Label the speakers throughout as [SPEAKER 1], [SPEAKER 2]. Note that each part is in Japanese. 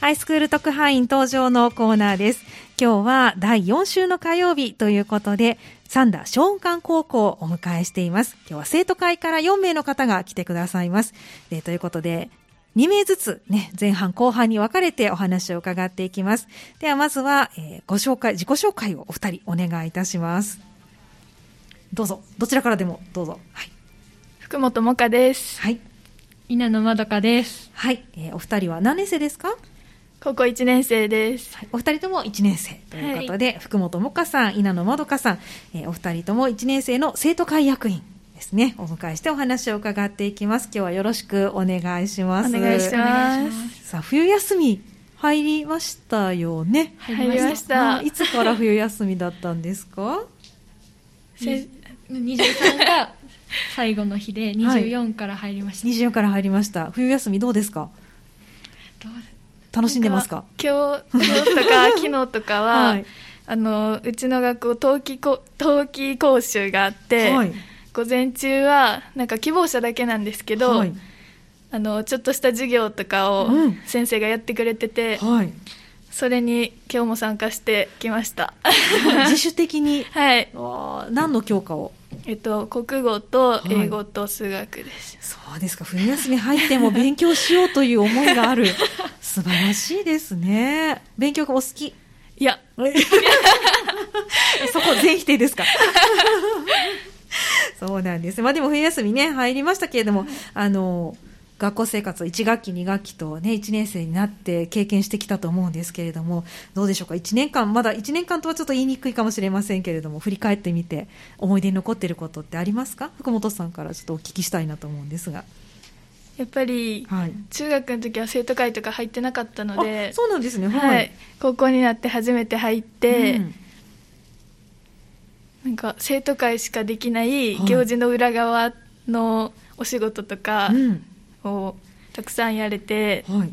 [SPEAKER 1] ハイスクール特派員登場のコーナーです。今日は第4週の火曜日ということで、三田松雲館高校をお迎えしています。今日は生徒会から4名の方が来てくださいます。でということで、2名ずつね、前半後半に分かれてお話を伺っていきます。ではまずは、えーご紹介、自己紹介をお二人お願いいたします。どうぞ、どちらからでもどうぞ。はい。
[SPEAKER 2] 福本萌香です。
[SPEAKER 1] はい。
[SPEAKER 2] 稲野まどかです。
[SPEAKER 1] はい。えーお二人は何年生ですか
[SPEAKER 2] 高校1年生です。
[SPEAKER 1] お二人とも1年生ということで、福本萌香さん、稲野まどかさん、えーお二人とも1年生の生徒会役員ですね、お迎えしてお話を伺っていきます。今日はよろしくお願いし
[SPEAKER 2] お
[SPEAKER 1] ます。
[SPEAKER 2] 願いしま。
[SPEAKER 3] お願いします
[SPEAKER 1] す。さあ、冬休み入りましたよね。
[SPEAKER 2] 入りました
[SPEAKER 1] あ。いつから冬休みだったんですか
[SPEAKER 2] せ
[SPEAKER 3] 23が最後の日で24から入りました、
[SPEAKER 1] ?24 から入りました。冬休みどうですか
[SPEAKER 3] どう
[SPEAKER 1] 楽しんでますか
[SPEAKER 2] 今日今日とか昨日とかは、
[SPEAKER 1] はい
[SPEAKER 2] あのうちの学校冬季こ冬季講習があって、
[SPEAKER 1] はい。
[SPEAKER 2] 午前中はなんか希望者だけなんですけど、
[SPEAKER 1] はい。
[SPEAKER 2] あのちょっとした授業とかを
[SPEAKER 1] うん
[SPEAKER 2] 先生がやってくれてて、
[SPEAKER 1] はい。
[SPEAKER 2] それに今日も参加してきました。
[SPEAKER 1] 自主的に、
[SPEAKER 2] はい。
[SPEAKER 1] わあ何の教科を
[SPEAKER 2] えっと国語と英語と数学です。
[SPEAKER 1] そうですか冬休み入っても勉強しようという思いがある素晴らしいですね勉強がお好き
[SPEAKER 2] い、や
[SPEAKER 1] えそこ全否定ですか そうなんですまあでも冬休みね入りましたけれどもあの学校生活1学期2学期とね1年生になって経験してきたと思うんですけれどもどうでしょうか1年間まだ1年間とはちょっと言いにくいかもしれませんけれども振り返ってみて思い出に残っていることってありますか福本さんからちょっとお聞きしたいなと思うんですが
[SPEAKER 2] やっぱり
[SPEAKER 1] はい
[SPEAKER 2] 中学の時は生徒会とか入ってなかったので
[SPEAKER 1] あ、そうなんですね
[SPEAKER 2] はい高校になって初めて入って、
[SPEAKER 1] うん
[SPEAKER 2] なんか生徒会しかできない
[SPEAKER 1] はい
[SPEAKER 2] 行事の裏側のお仕事とかをたくさんやれて、
[SPEAKER 1] うんはい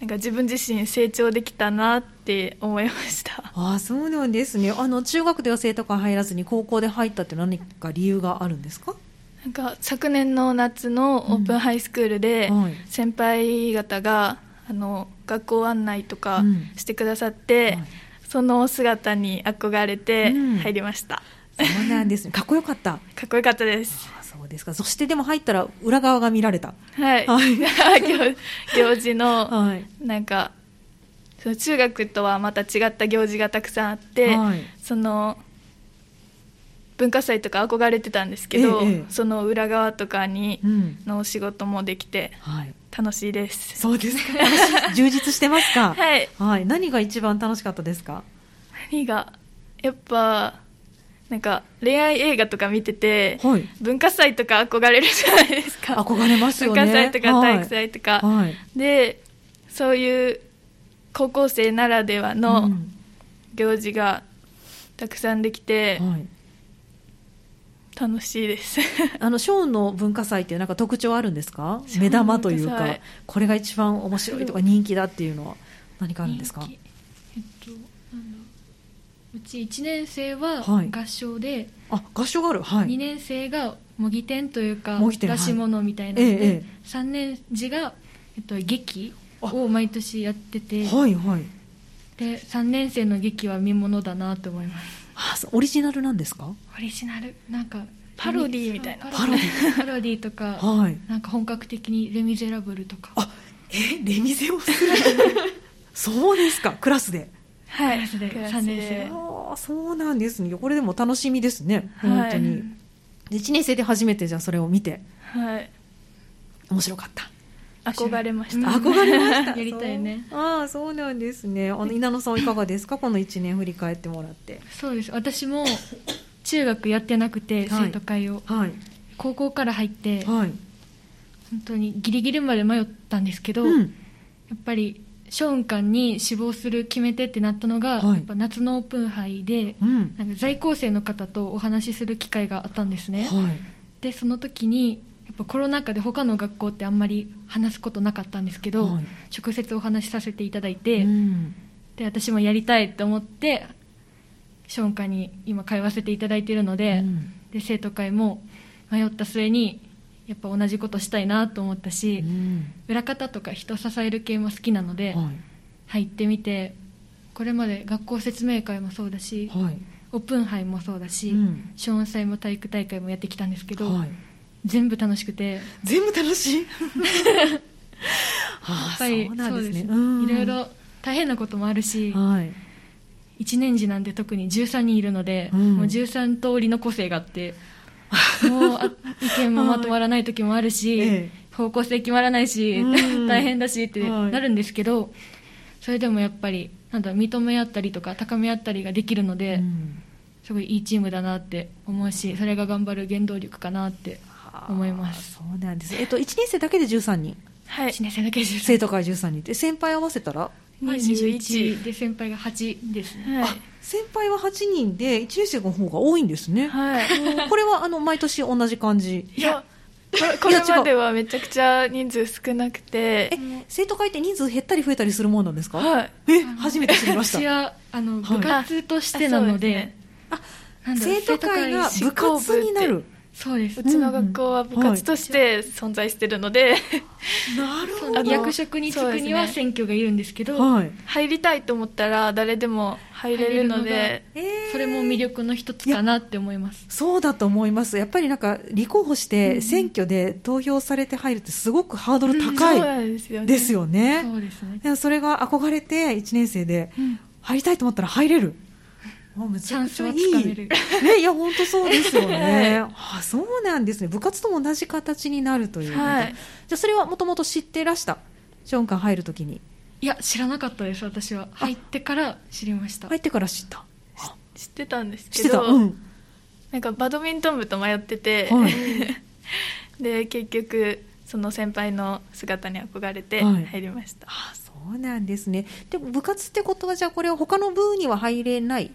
[SPEAKER 2] なんか自分自身成長できたなって思いました。
[SPEAKER 1] ああそうなんですねあの中学では生徒会入らずに高校で入ったって何か理由があるんですか
[SPEAKER 2] なんか昨年の夏のオープンハイスクールで、
[SPEAKER 1] はい
[SPEAKER 2] 先輩方があの学校案内とか
[SPEAKER 1] うん
[SPEAKER 2] してくださって、
[SPEAKER 1] はい
[SPEAKER 2] その姿に憧れて
[SPEAKER 1] うん
[SPEAKER 2] 入りました、
[SPEAKER 1] そうなん ですねかっこよかったあ
[SPEAKER 2] かっこよかったです
[SPEAKER 1] あそうですかそしてでも入ったら裏側が見られた
[SPEAKER 2] はい、
[SPEAKER 1] は
[SPEAKER 2] 行行事の
[SPEAKER 1] はい
[SPEAKER 2] なんかその中学とはまた違った行事がたくさんあって、
[SPEAKER 1] はい
[SPEAKER 2] その文化祭とか憧れてたんですけど、
[SPEAKER 1] ええええ
[SPEAKER 2] その裏側とかに
[SPEAKER 1] うん
[SPEAKER 2] のお仕事もできて
[SPEAKER 1] はい
[SPEAKER 2] 楽しいです
[SPEAKER 1] そうですか楽 しい充実してますかい、
[SPEAKER 2] はい
[SPEAKER 1] はい、何が一番楽しかったですか
[SPEAKER 2] 何がやっぱなんか恋愛映画とか見てて
[SPEAKER 1] はい
[SPEAKER 2] 文化祭とか憧れるじゃないですか
[SPEAKER 1] 憧れますよ
[SPEAKER 2] 文
[SPEAKER 1] ね
[SPEAKER 2] 化祭とか
[SPEAKER 1] はい
[SPEAKER 2] 体育祭とか、
[SPEAKER 1] はい
[SPEAKER 2] でそういう高校生ならでは
[SPEAKER 1] う
[SPEAKER 2] の
[SPEAKER 1] ん
[SPEAKER 2] 行事がたくさんできて
[SPEAKER 1] はい
[SPEAKER 2] 楽しいです、
[SPEAKER 1] あのショーの文化祭ってなんか特徴あるんですか目玉という
[SPEAKER 2] ショーの文化
[SPEAKER 1] か
[SPEAKER 2] 祭
[SPEAKER 1] これが一番面白いとか人気だっていうのは何かあるんですか
[SPEAKER 3] 人気えっとなんだろううち1年生は
[SPEAKER 1] はい
[SPEAKER 3] 合唱で、
[SPEAKER 1] あ合唱があるは
[SPEAKER 3] 2
[SPEAKER 1] い
[SPEAKER 3] 年生が模擬店というか
[SPEAKER 1] 模擬店
[SPEAKER 3] 出し物みたいなの
[SPEAKER 1] はいえええ
[SPEAKER 3] で、
[SPEAKER 1] え
[SPEAKER 3] 三3年次が、えっと、劇
[SPEAKER 1] あ
[SPEAKER 3] を毎年やってて
[SPEAKER 1] はいはい
[SPEAKER 3] で3年生の劇は見ものだなと思います
[SPEAKER 1] あそうオリジナルなんですか
[SPEAKER 3] オリジナルなんか
[SPEAKER 2] パロディみたいな
[SPEAKER 3] パロディ パロディとか
[SPEAKER 1] はい
[SPEAKER 3] なんか本格的に「レ・ミゼラブル」とか
[SPEAKER 1] あえレミゼをする そうですかクラスで
[SPEAKER 2] は
[SPEAKER 3] クラスで三年生え
[SPEAKER 1] ああそうなんですねこれでも楽しみですね
[SPEAKER 2] はい
[SPEAKER 1] 本当に、で1年生で初めてじゃあそれを見て
[SPEAKER 2] はい
[SPEAKER 1] 面白かった
[SPEAKER 2] 憧れまし
[SPEAKER 3] うん
[SPEAKER 2] た、
[SPEAKER 1] 憧れま した
[SPEAKER 3] やりたいね
[SPEAKER 1] そうああそうなんですねあの稲野さんはいかがですかこの1年振り返ってもらって
[SPEAKER 3] そうです私も中学やってなくて
[SPEAKER 1] はい
[SPEAKER 3] 生徒会を
[SPEAKER 1] はい
[SPEAKER 3] 高校から入って本
[SPEAKER 1] はい
[SPEAKER 3] 当にギリギリまで迷ったんですけど、
[SPEAKER 1] うん
[SPEAKER 3] やっぱり小雲館に志望する決め手ってなったのが、
[SPEAKER 1] はい
[SPEAKER 3] やっぱ夏のオープン杯で
[SPEAKER 1] うん
[SPEAKER 3] なんか在校生の方とお話しする機会があったんですね
[SPEAKER 1] はい
[SPEAKER 3] でその時にやっぱコロナ禍で他の学校ってあんまり話すことなかったんですけど、
[SPEAKER 1] はい
[SPEAKER 3] 直接お話しさせていただいて、
[SPEAKER 1] うん
[SPEAKER 3] で私もやりたいと思ってショーンカに今通わせていただいているので,、
[SPEAKER 1] うん
[SPEAKER 3] で生徒会も迷った末にやっぱ同じことしたいなと思ったし、
[SPEAKER 1] うん
[SPEAKER 3] 裏方とか人支える系も好きなので、
[SPEAKER 1] はい
[SPEAKER 3] 入ってみてこれまで学校説明会もそうだし
[SPEAKER 1] はい。
[SPEAKER 3] オープン杯もそうだし、
[SPEAKER 1] うん
[SPEAKER 3] 小音祭も体育大会もやってきたんですけど、
[SPEAKER 1] はい。
[SPEAKER 3] 全部楽しくて
[SPEAKER 1] 全部楽しい。ああ、そうなんですね。うん
[SPEAKER 3] いろい。ろ大変なこともあるし
[SPEAKER 1] はい。
[SPEAKER 3] 1年次なんて特に13人いるので、
[SPEAKER 1] うん
[SPEAKER 3] もう13通りの個性があってもうあ意見もまとまらない時もあるし、
[SPEAKER 1] はい え
[SPEAKER 3] 方向性決まらないし、
[SPEAKER 1] うん
[SPEAKER 3] 大変だしって
[SPEAKER 1] はい
[SPEAKER 3] なるんですけど、それでもやっぱりなんだろう認め合ったりとか高め合ったりができるので、
[SPEAKER 1] うん
[SPEAKER 3] すごいいいチームだなって思うしそれが頑張る原動力かなって思います。
[SPEAKER 1] ああそうなんです。えっと、一年生だけで13人。
[SPEAKER 2] はい
[SPEAKER 3] 1年生だけです
[SPEAKER 1] 生徒会13人で先輩合わせたら、
[SPEAKER 2] 21
[SPEAKER 3] 21で先輩が8ですね
[SPEAKER 2] は
[SPEAKER 1] あ先輩は8人で1年生の方が多いんですね、
[SPEAKER 2] い、はい、
[SPEAKER 1] これはあの毎年同じ感じ
[SPEAKER 2] いやこれこれまではめちゃくちゃ人数少なくて
[SPEAKER 1] え生徒会って人数減ったり増えたりするもんなんですか、
[SPEAKER 2] はい
[SPEAKER 1] え初めて知りまし
[SPEAKER 3] 私
[SPEAKER 1] た
[SPEAKER 3] はあの
[SPEAKER 1] はい
[SPEAKER 3] 部活としてなので,、
[SPEAKER 1] あ
[SPEAKER 3] なんだろう
[SPEAKER 1] 生徒会が
[SPEAKER 3] 生徒
[SPEAKER 1] 部活になる
[SPEAKER 3] そうです
[SPEAKER 2] うちの学校は部活として存在してるので、
[SPEAKER 1] なる
[SPEAKER 3] そ
[SPEAKER 1] ほ
[SPEAKER 3] う
[SPEAKER 1] ど
[SPEAKER 2] あの
[SPEAKER 3] 役職に就くに
[SPEAKER 2] そう
[SPEAKER 3] は
[SPEAKER 2] です
[SPEAKER 3] 選挙がいるんですけどそ
[SPEAKER 1] はい
[SPEAKER 2] 入りたいと思ったら誰でも入れるので
[SPEAKER 1] え
[SPEAKER 3] れも魅力の一つかなって思います
[SPEAKER 1] そうだと思いますやっぱりなんか立候補して選挙で投票されて入るってすごくハードル
[SPEAKER 2] そう
[SPEAKER 1] 高
[SPEAKER 2] ないんですよね
[SPEAKER 1] ですよね、
[SPEAKER 3] そうですね
[SPEAKER 1] でもそれが憧れて1年生で入りたいと思ったら入れる、もうめ
[SPEAKER 3] チ
[SPEAKER 1] ち
[SPEAKER 3] ャ
[SPEAKER 1] ゃ
[SPEAKER 3] ン
[SPEAKER 1] くち
[SPEAKER 3] ス
[SPEAKER 1] ゃ
[SPEAKER 3] はいつ
[SPEAKER 1] い
[SPEAKER 3] かめる
[SPEAKER 1] ね、いや本当そうですよ ね、あそうなんですね部活とも同じ形になるということで、
[SPEAKER 2] はい
[SPEAKER 1] じゃあそれはもともと知ってらしたショーン館入るときに
[SPEAKER 3] いや知らなかったです私は入ってから知りました
[SPEAKER 1] 入ってから知ったあ
[SPEAKER 2] 知ってたんです
[SPEAKER 1] 知っ
[SPEAKER 2] け
[SPEAKER 1] てた
[SPEAKER 2] ど、
[SPEAKER 1] うん
[SPEAKER 2] なんかバドミントン部と迷ってて、
[SPEAKER 1] はい
[SPEAKER 2] で結局その先輩の姿に憧れて
[SPEAKER 1] はい
[SPEAKER 2] 入りました、
[SPEAKER 1] あそうなんですねでも部活ってことはじゃあこれは他の部には入れないっ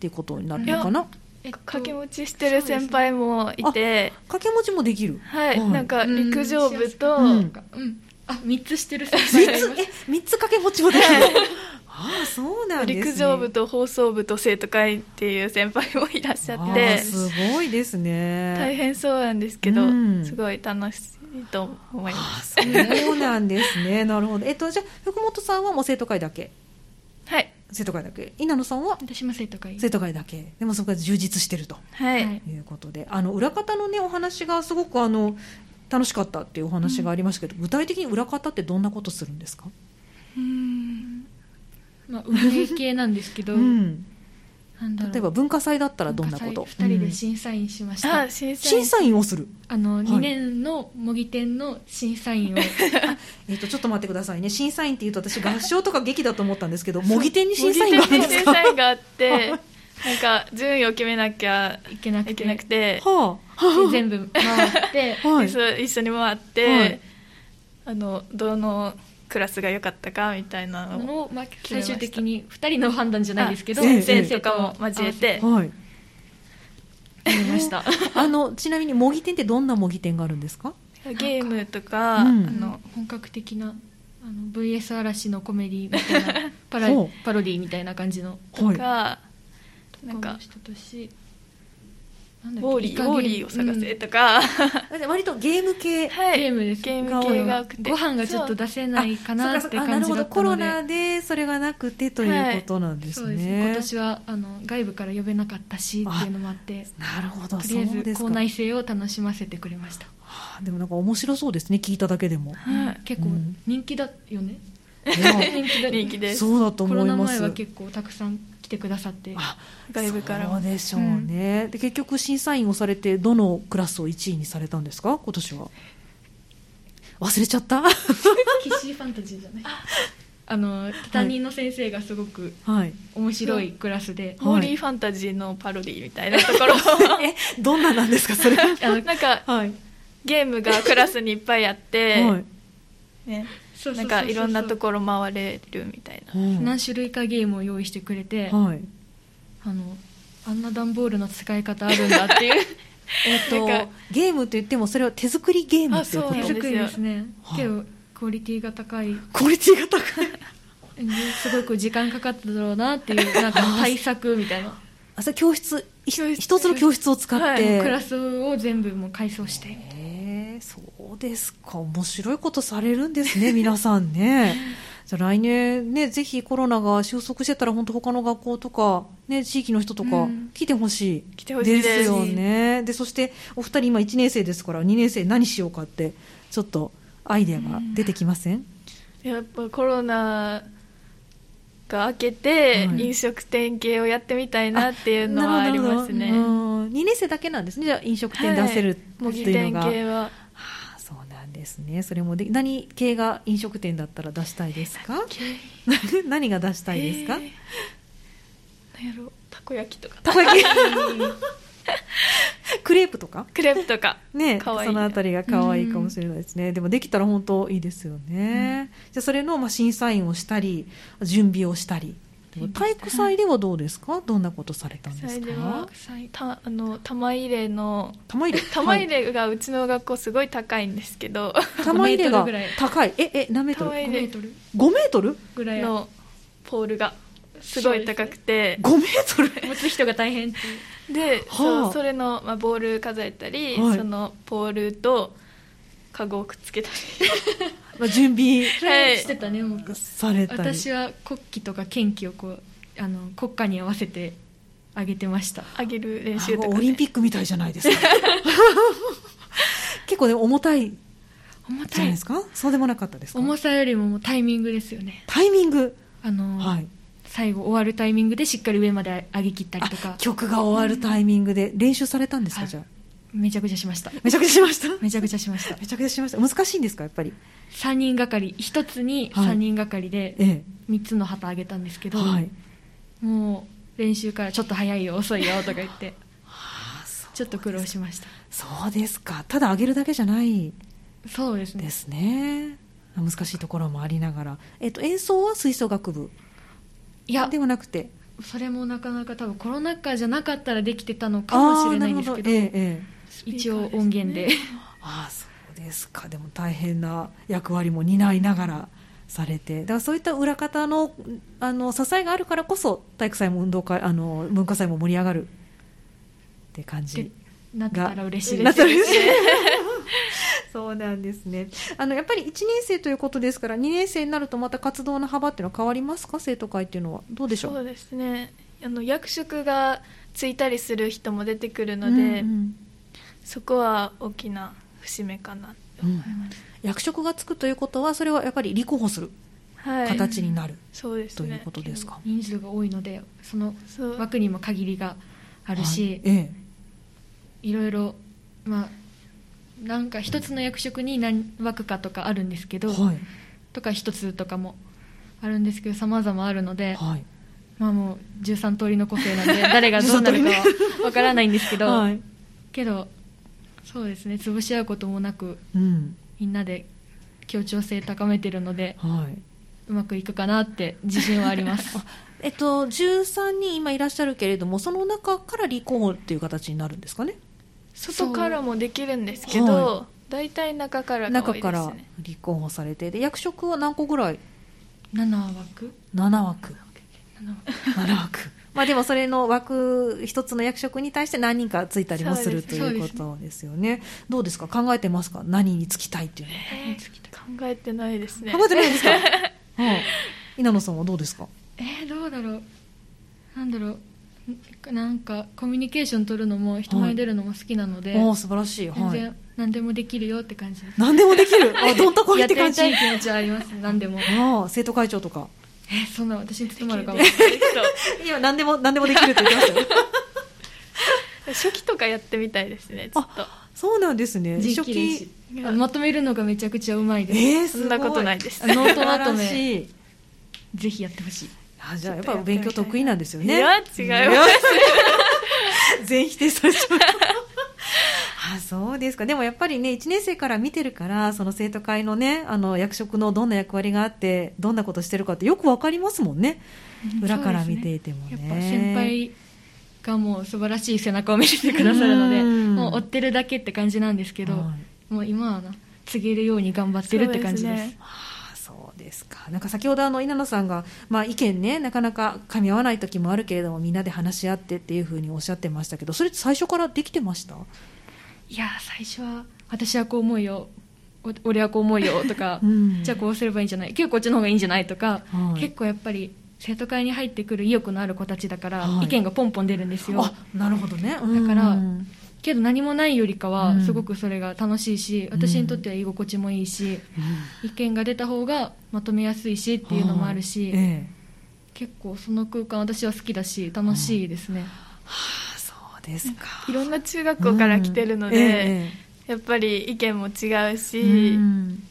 [SPEAKER 1] ていうことになるのかな
[SPEAKER 3] えっと
[SPEAKER 2] 掛け持ちしてる先輩もい
[SPEAKER 1] そう
[SPEAKER 2] て、
[SPEAKER 1] 掛け持ちもできる
[SPEAKER 2] はい、なんか陸上部と、
[SPEAKER 1] うん
[SPEAKER 3] うんあ3つしてる 先
[SPEAKER 1] 三
[SPEAKER 3] 輩
[SPEAKER 1] つ
[SPEAKER 3] がいます
[SPEAKER 1] え三つ掛け持ちもできるああそうなんですね
[SPEAKER 2] 陸上部と放送部と生徒会っていう先輩もいらっしゃっ
[SPEAKER 1] ああ
[SPEAKER 2] て
[SPEAKER 1] すごいですね
[SPEAKER 2] 大変そうなんですけど、
[SPEAKER 1] うん
[SPEAKER 2] すごい楽しいと思います
[SPEAKER 1] あそうなんですねなるほどえっとじゃあ福本さんはもう生徒会だけ
[SPEAKER 2] はい
[SPEAKER 1] 生徒会だけ稲野さんは
[SPEAKER 3] 私も生徒会
[SPEAKER 1] 生徒会だけでもそこが充実してると
[SPEAKER 2] はい、
[SPEAKER 3] はい
[SPEAKER 1] いうことであの裏方のねお話がすごくあの楽しかったっていうお話がありましたけど、具体的に裏方ってどんなことするんですか、
[SPEAKER 3] うんまあ運営系なんですけど、
[SPEAKER 1] うん、
[SPEAKER 3] なんだろう
[SPEAKER 1] 例えば文化祭だったらどんなこと
[SPEAKER 3] 2人
[SPEAKER 1] う
[SPEAKER 3] で
[SPEAKER 1] ん
[SPEAKER 3] 審査員しました、
[SPEAKER 2] あ審査員
[SPEAKER 1] 審査員をする、
[SPEAKER 3] あの
[SPEAKER 1] い
[SPEAKER 3] 2年の模擬店の審査員を
[SPEAKER 1] えっとちょっと待ってくださいね審査員っていうと 私合唱とか劇だと思ったんですけど模擬店に審査員があるんです
[SPEAKER 2] 審
[SPEAKER 1] か
[SPEAKER 2] 査員があってなんか順位を決めなきゃ
[SPEAKER 3] いけ なくて
[SPEAKER 2] いけなくて、
[SPEAKER 1] は
[SPEAKER 3] で全部回って
[SPEAKER 1] あ、はい、
[SPEAKER 2] で一緒に回って、
[SPEAKER 1] はい
[SPEAKER 2] あのどのクラスが良かったかみたいなのを
[SPEAKER 3] のを、まあ、最終的に2人の判断じゃないですけど
[SPEAKER 1] あ
[SPEAKER 3] 先
[SPEAKER 1] 先
[SPEAKER 3] 生
[SPEAKER 1] 生
[SPEAKER 3] と
[SPEAKER 2] と
[SPEAKER 3] か
[SPEAKER 2] か
[SPEAKER 3] も
[SPEAKER 2] も交
[SPEAKER 3] 交え
[SPEAKER 2] え
[SPEAKER 3] て
[SPEAKER 2] て
[SPEAKER 1] はい、
[SPEAKER 3] 決めました
[SPEAKER 1] あのちなみに模擬店ってどんな模擬店があるんですか？
[SPEAKER 2] ゲームとか、
[SPEAKER 1] うん
[SPEAKER 3] あ
[SPEAKER 2] あ
[SPEAKER 3] の
[SPEAKER 2] の
[SPEAKER 3] 本格的なあの VS 嵐のコメディみたいなパラ
[SPEAKER 1] ほ
[SPEAKER 3] パロディみたいな感じの
[SPEAKER 1] は
[SPEAKER 2] が、
[SPEAKER 1] い。
[SPEAKER 2] なんか
[SPEAKER 3] この人としなん
[SPEAKER 2] ウ
[SPEAKER 3] だっ
[SPEAKER 2] ォー
[SPEAKER 3] け
[SPEAKER 2] リ
[SPEAKER 3] イ
[SPEAKER 2] ー
[SPEAKER 3] カ
[SPEAKER 2] ウ
[SPEAKER 3] ゲ
[SPEAKER 2] ォ
[SPEAKER 3] ム
[SPEAKER 2] ーリーを探せ
[SPEAKER 3] うん
[SPEAKER 2] と か、
[SPEAKER 1] 割とゲーム系。
[SPEAKER 2] は
[SPEAKER 3] ゲームです
[SPEAKER 2] ゲー
[SPEAKER 1] ム系
[SPEAKER 2] が多くて
[SPEAKER 3] ご飯がちょっと出せないかなって
[SPEAKER 1] あな
[SPEAKER 3] 感
[SPEAKER 1] る
[SPEAKER 3] じ
[SPEAKER 1] ほ
[SPEAKER 3] だ
[SPEAKER 1] ど
[SPEAKER 3] った
[SPEAKER 1] コ
[SPEAKER 3] の
[SPEAKER 1] ロ
[SPEAKER 3] で
[SPEAKER 1] ナでそれがなくてということなんです
[SPEAKER 3] そうですね
[SPEAKER 1] ね。
[SPEAKER 3] 今年はあの外部から呼べなかったしっていうのもあって
[SPEAKER 1] なるほど
[SPEAKER 3] とりあ
[SPEAKER 1] そう
[SPEAKER 3] え
[SPEAKER 1] で
[SPEAKER 3] ず
[SPEAKER 1] す
[SPEAKER 3] 校
[SPEAKER 1] か。
[SPEAKER 3] 内生を楽しませてくれました、
[SPEAKER 1] はあでもなんか面白そうですね聞いただけでも。
[SPEAKER 2] はい
[SPEAKER 3] 結構
[SPEAKER 1] うん
[SPEAKER 3] 人気だよね、
[SPEAKER 1] いや
[SPEAKER 3] 人気だ
[SPEAKER 2] 人気です
[SPEAKER 1] そうだと
[SPEAKER 3] コ
[SPEAKER 1] 思
[SPEAKER 3] ロ
[SPEAKER 1] い
[SPEAKER 3] ナ
[SPEAKER 1] ま
[SPEAKER 3] 前
[SPEAKER 1] す。
[SPEAKER 3] は結構たくさん来てくださって
[SPEAKER 1] あ
[SPEAKER 2] 外部から
[SPEAKER 1] そうでしょうね、で結局審査員をされてどのクラスを1位にされたんですか今年は忘れちゃった
[SPEAKER 3] キッシーファンタジーじゃない あの担任の先生がすごく
[SPEAKER 1] はい
[SPEAKER 3] 面白いクラスで、
[SPEAKER 1] は
[SPEAKER 2] モーリーファンタジーのパロディみたいなところ
[SPEAKER 1] えどんななんですかそれは
[SPEAKER 3] あ の
[SPEAKER 2] なんか
[SPEAKER 1] はい、
[SPEAKER 2] ゲームがクラスにいっぱいあって、
[SPEAKER 1] はい
[SPEAKER 2] ね、
[SPEAKER 3] そうそ
[SPEAKER 2] な
[SPEAKER 3] うんそうそう
[SPEAKER 2] かいろんなところ回れるみたいな
[SPEAKER 1] うん
[SPEAKER 3] 何種類かゲームを用意してくれて、
[SPEAKER 1] はい。
[SPEAKER 3] あのあんな段ボールの使い方あるんだっていう
[SPEAKER 1] えっ
[SPEAKER 2] な
[SPEAKER 1] と
[SPEAKER 2] んか
[SPEAKER 1] ゲームといってもそれは手作りゲームっていうこ
[SPEAKER 2] あそう
[SPEAKER 3] 手
[SPEAKER 2] なん
[SPEAKER 1] と。
[SPEAKER 2] だ
[SPEAKER 3] 作りですね
[SPEAKER 1] はい
[SPEAKER 3] けどクオリティが高い
[SPEAKER 1] クオリティが高い。
[SPEAKER 3] すごく時間かかっただろうなっていうなんか対策みたいな
[SPEAKER 1] あ、それ教室ひ
[SPEAKER 2] 教室
[SPEAKER 1] 一つの教室を使っ
[SPEAKER 2] は
[SPEAKER 1] て。
[SPEAKER 2] い
[SPEAKER 3] クラスを全部もう改装して
[SPEAKER 1] へえそうですか。面白いことされるんですね、皆さんね。じゃあ来年ね、ぜひコロナが収束してたら、本当他の学校とか、ね、地域の人とか
[SPEAKER 2] うん、
[SPEAKER 1] 来てほしい。
[SPEAKER 2] 来てほしいです
[SPEAKER 1] よね。で、そして、お二人今1年生ですから、2年生何しようかって、ちょっとアイデアが出てきません、
[SPEAKER 2] やっぱコロナが明けて、
[SPEAKER 1] はい
[SPEAKER 2] 飲食店系をやってみたいなっていうのはありますね
[SPEAKER 1] なるほどうん2年生だけなんですね。じゃあ飲食店出せるって
[SPEAKER 2] 模擬
[SPEAKER 1] いう
[SPEAKER 2] 店
[SPEAKER 1] のが。
[SPEAKER 2] 系は
[SPEAKER 1] はあそうなんですね。それもでき何系が飲食店だったら出したいですか？ 何が出したいですか
[SPEAKER 2] え？ーなんやろたこ焼きとか
[SPEAKER 1] たこ焼きクレープとか？
[SPEAKER 2] クレー プとか
[SPEAKER 1] ね、
[SPEAKER 2] かわいい
[SPEAKER 1] そのあたりが可愛いかもしれないですね。でもできたら本当いいですよね。じゃあそれのまあ審査員をしたり、準備をしたり。でも体育祭ではどうですか？どんなことされたんです
[SPEAKER 2] それで
[SPEAKER 1] か
[SPEAKER 2] は？たあの玉入れの
[SPEAKER 1] 玉入れ。
[SPEAKER 2] 玉入
[SPEAKER 1] は
[SPEAKER 2] れがうちの学校すごい高いんですけど、
[SPEAKER 1] い。玉入れ
[SPEAKER 3] 5メートル
[SPEAKER 1] が
[SPEAKER 3] ぐらい
[SPEAKER 1] 高い。ええ何メートル
[SPEAKER 2] 玉？入
[SPEAKER 3] 5
[SPEAKER 2] れ
[SPEAKER 3] メートル
[SPEAKER 1] 5メートル
[SPEAKER 3] ぐらいの
[SPEAKER 2] のポールがすごい高くて
[SPEAKER 1] ?5 メートル
[SPEAKER 3] 持つ人が大変っていう
[SPEAKER 2] で、
[SPEAKER 1] あ
[SPEAKER 2] そうそれの、まあ、ボール飾れたり、
[SPEAKER 1] はい
[SPEAKER 2] そのポールとカゴをくっつけたり
[SPEAKER 1] まあ準備
[SPEAKER 3] それしてたねもう
[SPEAKER 1] されたり。
[SPEAKER 3] 私は国旗とか県旗をこうあの国歌に合わせてあげてました
[SPEAKER 2] あげる練習と
[SPEAKER 1] あ
[SPEAKER 2] か、
[SPEAKER 1] もう
[SPEAKER 2] ね、
[SPEAKER 1] オリンピックみたいじゃないですか結構ね重たいじ
[SPEAKER 3] 重
[SPEAKER 1] ゃ
[SPEAKER 3] た
[SPEAKER 1] ない
[SPEAKER 3] い
[SPEAKER 1] ですかそうでもなかったですか
[SPEAKER 3] 重さよりももうタイミングですよね
[SPEAKER 1] タイミング、
[SPEAKER 3] あの、
[SPEAKER 1] はい、
[SPEAKER 3] 最後終わるタイミングでしっかり上まで上げきったりと
[SPEAKER 1] あ
[SPEAKER 3] か
[SPEAKER 1] 曲が終わるタイミングで練習されたんですか、
[SPEAKER 3] はい
[SPEAKER 1] じゃあ
[SPEAKER 3] めちゃくちゃしました
[SPEAKER 1] めちゃくちゃしました
[SPEAKER 3] めちゃくちゃしました
[SPEAKER 1] めちゃくちゃしました難しいんですかやっぱり
[SPEAKER 3] 3人がかり1つに
[SPEAKER 1] はい
[SPEAKER 3] 3人がかりで
[SPEAKER 1] え
[SPEAKER 3] 3つの旗あげたんですけ
[SPEAKER 1] え
[SPEAKER 3] ど、
[SPEAKER 1] はい
[SPEAKER 3] もう練習からちょっと早いよ遅いよとか言って
[SPEAKER 1] あそ
[SPEAKER 3] ちょっと苦労しました
[SPEAKER 1] そうですかただ上げるだけじゃない
[SPEAKER 3] そうですね
[SPEAKER 1] ですね難しいところもありながら、えっと、演奏は吹奏楽部
[SPEAKER 3] いや
[SPEAKER 1] ではなくて
[SPEAKER 3] それもなかなか多分コロナ禍じゃなかったらできてたのかもしれないんですけど
[SPEAKER 1] あーなるほええええ
[SPEAKER 3] 一応音源で
[SPEAKER 1] ああそうですかでも大変な役割も担いながらされてだからそういった裏方のあの支えがあるからこそ体育祭も運動会あの文化祭も盛り上がるって感じ
[SPEAKER 3] なったら嬉しい
[SPEAKER 1] なっ
[SPEAKER 3] です
[SPEAKER 1] たら嬉しいそうなんですねあのやっぱり1年生ということですから2年生になるとまた活動の幅っていうのは変わりますか生徒会っていうのはどうでしょう
[SPEAKER 2] そうですねあの役職がついたりする人も出てくるので、
[SPEAKER 1] うん
[SPEAKER 2] そこは大きな節目かなって
[SPEAKER 1] うんう
[SPEAKER 2] 思い
[SPEAKER 1] ん
[SPEAKER 2] ます、
[SPEAKER 1] 役職がつくということはそれはやっぱり立候補する
[SPEAKER 2] はい
[SPEAKER 1] 形になる
[SPEAKER 2] そうです
[SPEAKER 1] と
[SPEAKER 2] ね
[SPEAKER 1] いうことですか、
[SPEAKER 3] 人数が多いのでその
[SPEAKER 2] そう
[SPEAKER 3] 枠にも限りがある
[SPEAKER 1] はい
[SPEAKER 3] し、
[SPEAKER 1] ええ
[SPEAKER 3] い、ろいろまあなんか一つの役職に何枠かとかあるんですけど、
[SPEAKER 1] はい
[SPEAKER 3] とか一つとかもあるんですけど様々あるので、
[SPEAKER 1] はい
[SPEAKER 3] まあもう13通りの個性なんで 誰がどうなるかはわからないんですけど、
[SPEAKER 1] はい
[SPEAKER 3] けどそうですね潰し合うこともなく
[SPEAKER 1] うん
[SPEAKER 3] みんなで協調性高めてるので
[SPEAKER 1] はい、
[SPEAKER 3] うまくいくかなって自信はあります
[SPEAKER 1] えっと、13人今いらっしゃるけれどもその中から離婚っていう形になるんですかね
[SPEAKER 2] 外からもできるんですけ
[SPEAKER 1] は
[SPEAKER 2] ど大体、中からが多
[SPEAKER 1] 中
[SPEAKER 2] いです
[SPEAKER 1] か
[SPEAKER 2] ね
[SPEAKER 1] ら離婚をされてで役職は何個ぐらい
[SPEAKER 3] 7枠
[SPEAKER 1] 7枠
[SPEAKER 3] 7枠
[SPEAKER 1] 7枠 まあでもそれの枠一つの役職に対して何人かついたりもする
[SPEAKER 2] そ
[SPEAKER 1] と
[SPEAKER 2] うです
[SPEAKER 1] いうことですよねどうですか考えてますか何につきたいっていうの
[SPEAKER 2] えー考えてないですね
[SPEAKER 1] は考えてないですか、はい稲野さんはどうですか
[SPEAKER 3] えー、どうだろうなんだろうんなんかコミュニケーション取るのも人前に出るのも好きなので、
[SPEAKER 1] おお素晴らしい、
[SPEAKER 3] 全
[SPEAKER 1] は
[SPEAKER 3] 然
[SPEAKER 1] い、
[SPEAKER 3] 何でもできるよって感じです
[SPEAKER 1] 何でもできるあどんとこい
[SPEAKER 3] や
[SPEAKER 1] っ
[SPEAKER 3] って
[SPEAKER 1] て
[SPEAKER 3] みた
[SPEAKER 1] 感
[SPEAKER 3] い
[SPEAKER 1] じ
[SPEAKER 3] 気持ちはあります何でも
[SPEAKER 1] ああ生徒会長とか
[SPEAKER 3] えーそんな私に務まるかも
[SPEAKER 2] できるできる
[SPEAKER 1] 今何でも何でもできるって言ってましたよ
[SPEAKER 2] 初期とかやってみたいですねちょっと
[SPEAKER 1] そうなんですね
[SPEAKER 3] 人気練習
[SPEAKER 2] 初期
[SPEAKER 3] あまとめるのがめちゃくちゃうまい
[SPEAKER 1] え
[SPEAKER 3] です、
[SPEAKER 1] ー、す
[SPEAKER 2] そ
[SPEAKER 1] ごい
[SPEAKER 2] んなことないです
[SPEAKER 3] ノートまと
[SPEAKER 1] 新
[SPEAKER 3] め
[SPEAKER 1] しい
[SPEAKER 3] ぜひやってほしい
[SPEAKER 1] あじゃあやっぱりお勉強得意なんですよね
[SPEAKER 2] いや違います
[SPEAKER 1] す全否定されちゃうあそうですかでもやっぱりね1年生から見てるからその生徒会のねあの役職のどんな役割があってどんなことしてるかってよくわかりますもんね裏から見ていてもね
[SPEAKER 3] やっぱ先輩がもう素晴らしい背中を見せてくださるので
[SPEAKER 1] うん
[SPEAKER 3] もう追ってるだけって感じなんですけど、
[SPEAKER 1] はい
[SPEAKER 3] もう今はな告げるように頑張ってるって感じで
[SPEAKER 2] そ
[SPEAKER 3] す
[SPEAKER 2] うですね
[SPEAKER 1] ああそうですかなんか先ほどあの稲野さんが、まあ、意見ねなかなか噛み合わない時もあるけれどもみんなで話し合ってっていうふうにおっしゃってましたけどそれって最初からできてました
[SPEAKER 3] いやー最初は私はこう思うよお俺はこう思うよとか、
[SPEAKER 1] うん
[SPEAKER 3] じゃあこうすればいいんじゃない今日こっちの方がいいんじゃないとか、
[SPEAKER 1] はい
[SPEAKER 3] 結構やっぱり生徒会に入ってくる意欲のある子たちだから、
[SPEAKER 1] はい
[SPEAKER 3] 意見がポンポン出るんですよ
[SPEAKER 1] あなるほどねだ
[SPEAKER 3] だからけど何もないよりか
[SPEAKER 1] う
[SPEAKER 3] は
[SPEAKER 1] ん
[SPEAKER 3] すごくそれが楽しいし、
[SPEAKER 1] うん
[SPEAKER 3] 私にとっては居心地もいいし、意見が出た方がまとめやすいしっていうのもあるし、
[SPEAKER 1] ええ
[SPEAKER 3] 結構その空間私は好きだし楽しいですね、
[SPEAKER 1] はあそうですか
[SPEAKER 2] いろんな中学校から来てるので、
[SPEAKER 1] うんえ
[SPEAKER 2] やっぱり意見も違う
[SPEAKER 1] え
[SPEAKER 2] し、
[SPEAKER 1] うん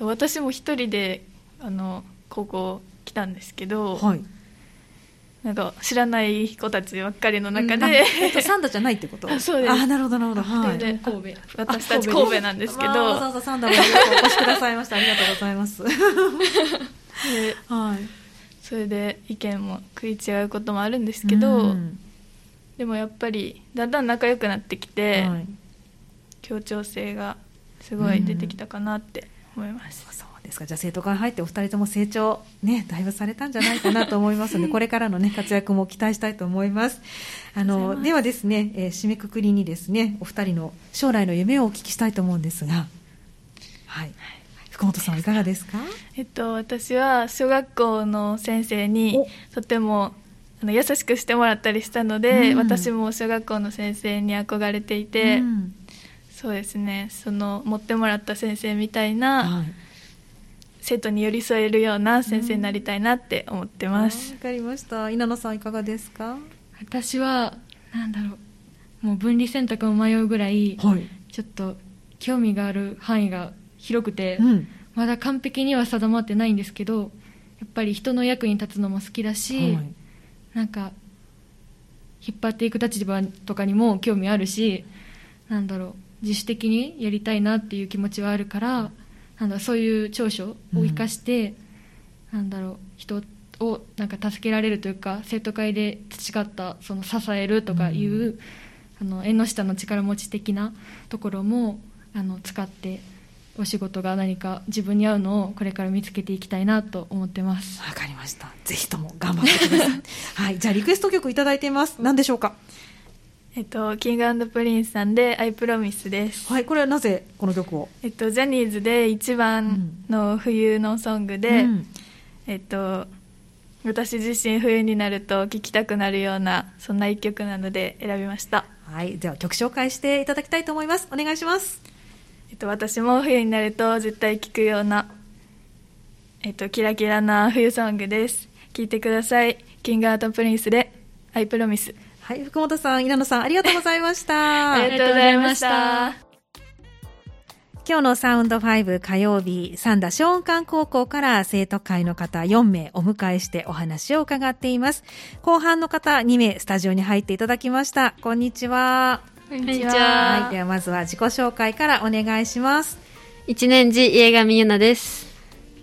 [SPEAKER 2] 私も一人であの高校来たんですけど、
[SPEAKER 1] はい
[SPEAKER 2] なんか知らない子たちばっかりの中
[SPEAKER 1] あ
[SPEAKER 2] で、
[SPEAKER 1] えっとサンダじゃないってこと
[SPEAKER 2] あそうです
[SPEAKER 1] あなるほどなるほどはい
[SPEAKER 2] で
[SPEAKER 3] 神戸
[SPEAKER 2] 私
[SPEAKER 1] あ
[SPEAKER 2] たち
[SPEAKER 1] です
[SPEAKER 2] 神戸なんですけど
[SPEAKER 1] わあわざわざサンダまでお越しくださいましたありがとうございます
[SPEAKER 2] で
[SPEAKER 1] はい
[SPEAKER 2] それで意見も食い違うこともあるんですけど、
[SPEAKER 1] うん
[SPEAKER 2] でもやっぱりだんだん仲良くなってきて、
[SPEAKER 1] はい
[SPEAKER 2] 協調性がすごい出てきたかなって思います、
[SPEAKER 1] そうですかじゃあ生徒会入ってお二人とも成長ねだいぶされたんじゃないかなと思いますのでこれからのね活躍も期待したいと思いますあ
[SPEAKER 2] ありがとうござ
[SPEAKER 1] の
[SPEAKER 2] います
[SPEAKER 1] ではですね、えー締めくくりにですねお二人の将来の夢をお聞きしたいと思うんですがはい福本さんはいかがですか
[SPEAKER 2] えっと私は小学校の先生にとてもあの優しくしてもらったりしたので、
[SPEAKER 1] うん
[SPEAKER 2] 私も小学校の先生に憧れていて、
[SPEAKER 1] うん
[SPEAKER 2] そうですねその持ってもらった先生みたいな
[SPEAKER 1] はい
[SPEAKER 2] 生徒に寄り添えるような先生になりたいなって思ってます
[SPEAKER 1] わ、かりました稲野さんいかがですか
[SPEAKER 3] 私はなんだろうもう分離選択を迷うぐらい
[SPEAKER 1] はい、
[SPEAKER 3] ちょっと興味がある範囲が広くて、
[SPEAKER 1] うん、
[SPEAKER 3] まだ完璧には定まってないんですけどやっぱり人の役に立つのも好きだし、
[SPEAKER 1] はい
[SPEAKER 3] なんか引っ張っていく立場とかにも興味あるしなんだろう自主的にやりたいなっていう気持ちはあるからなんだそういう長所を生かして、なんだろう人をなんか助けられるというか生徒会で培ったその支えるとかいう、
[SPEAKER 1] うん
[SPEAKER 3] あの縁の下の力持ち的なところもあの使ってお仕事が何か自分に合うのをこれから見つけていきたいなと思ってます。
[SPEAKER 1] わかりましたぜひとも頑張ってくださいはいじゃあリクエスト曲いただいています何でしょうか
[SPEAKER 2] えっとキングプリンスさんで「IPROMISE」です、
[SPEAKER 1] はいこれはなぜこの曲を
[SPEAKER 2] えっと、ジャニーズで一番の冬のソングで、
[SPEAKER 1] うん
[SPEAKER 2] えっと私自身冬になると聴きたくなるようなそんな一曲なので選びました
[SPEAKER 1] はい、では曲紹介していただきたいと思います。お願いします。
[SPEAKER 2] えっと、私も冬になると絶対聴くような、えっと、キラキラな冬ソングです。聴いてください。キングアートプリンスで、アイプロミス。
[SPEAKER 1] はい、福本さん、稲野さん、ありがとうございまし た。
[SPEAKER 2] ありがとうございまし
[SPEAKER 3] ありがとうございま
[SPEAKER 2] た
[SPEAKER 3] し。
[SPEAKER 1] 今日のサウンド5火曜日、三田松漢高校から生徒会の方4名お迎えしてお話を伺っています。後半の方2名スタジオに入っていただきました。こんにちは。
[SPEAKER 4] こんにち
[SPEAKER 2] は
[SPEAKER 1] はい、ではまずは自己紹介からお願いします。
[SPEAKER 4] 一年次家上優奈です。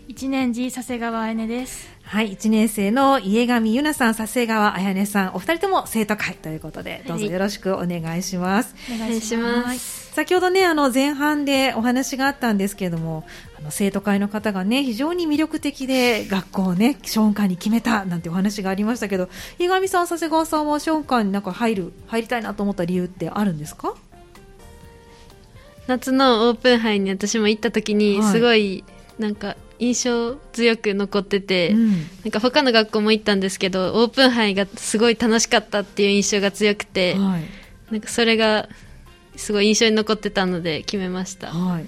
[SPEAKER 2] 一年次、佐世川あねです。
[SPEAKER 1] はい、1年生の家上優奈さん、佐世川彩音さん、お二人とも生徒会ということで、どうぞよろしくお願いします。
[SPEAKER 4] お願いします。
[SPEAKER 1] 先ほどねあの前半でお話があったんですけれどもあの生徒会の方がね非常に魅力的で学校をね小音館に決めたなんてお話がありましたけど井上さん佐世川さんは小音館になんか入る入りたいなと思った理由ってあるんですか
[SPEAKER 4] 夏のオープン杯に私も行った時に、
[SPEAKER 1] はい
[SPEAKER 4] すごい、なんか印象強く残ってて、
[SPEAKER 1] うん
[SPEAKER 4] なんか他の学校も行ったんですけど、オープン杯がすごい楽しかったっていう印象が強くて、
[SPEAKER 1] はい
[SPEAKER 4] なんかそれがすごい印象に残ってたので決めました。
[SPEAKER 1] はい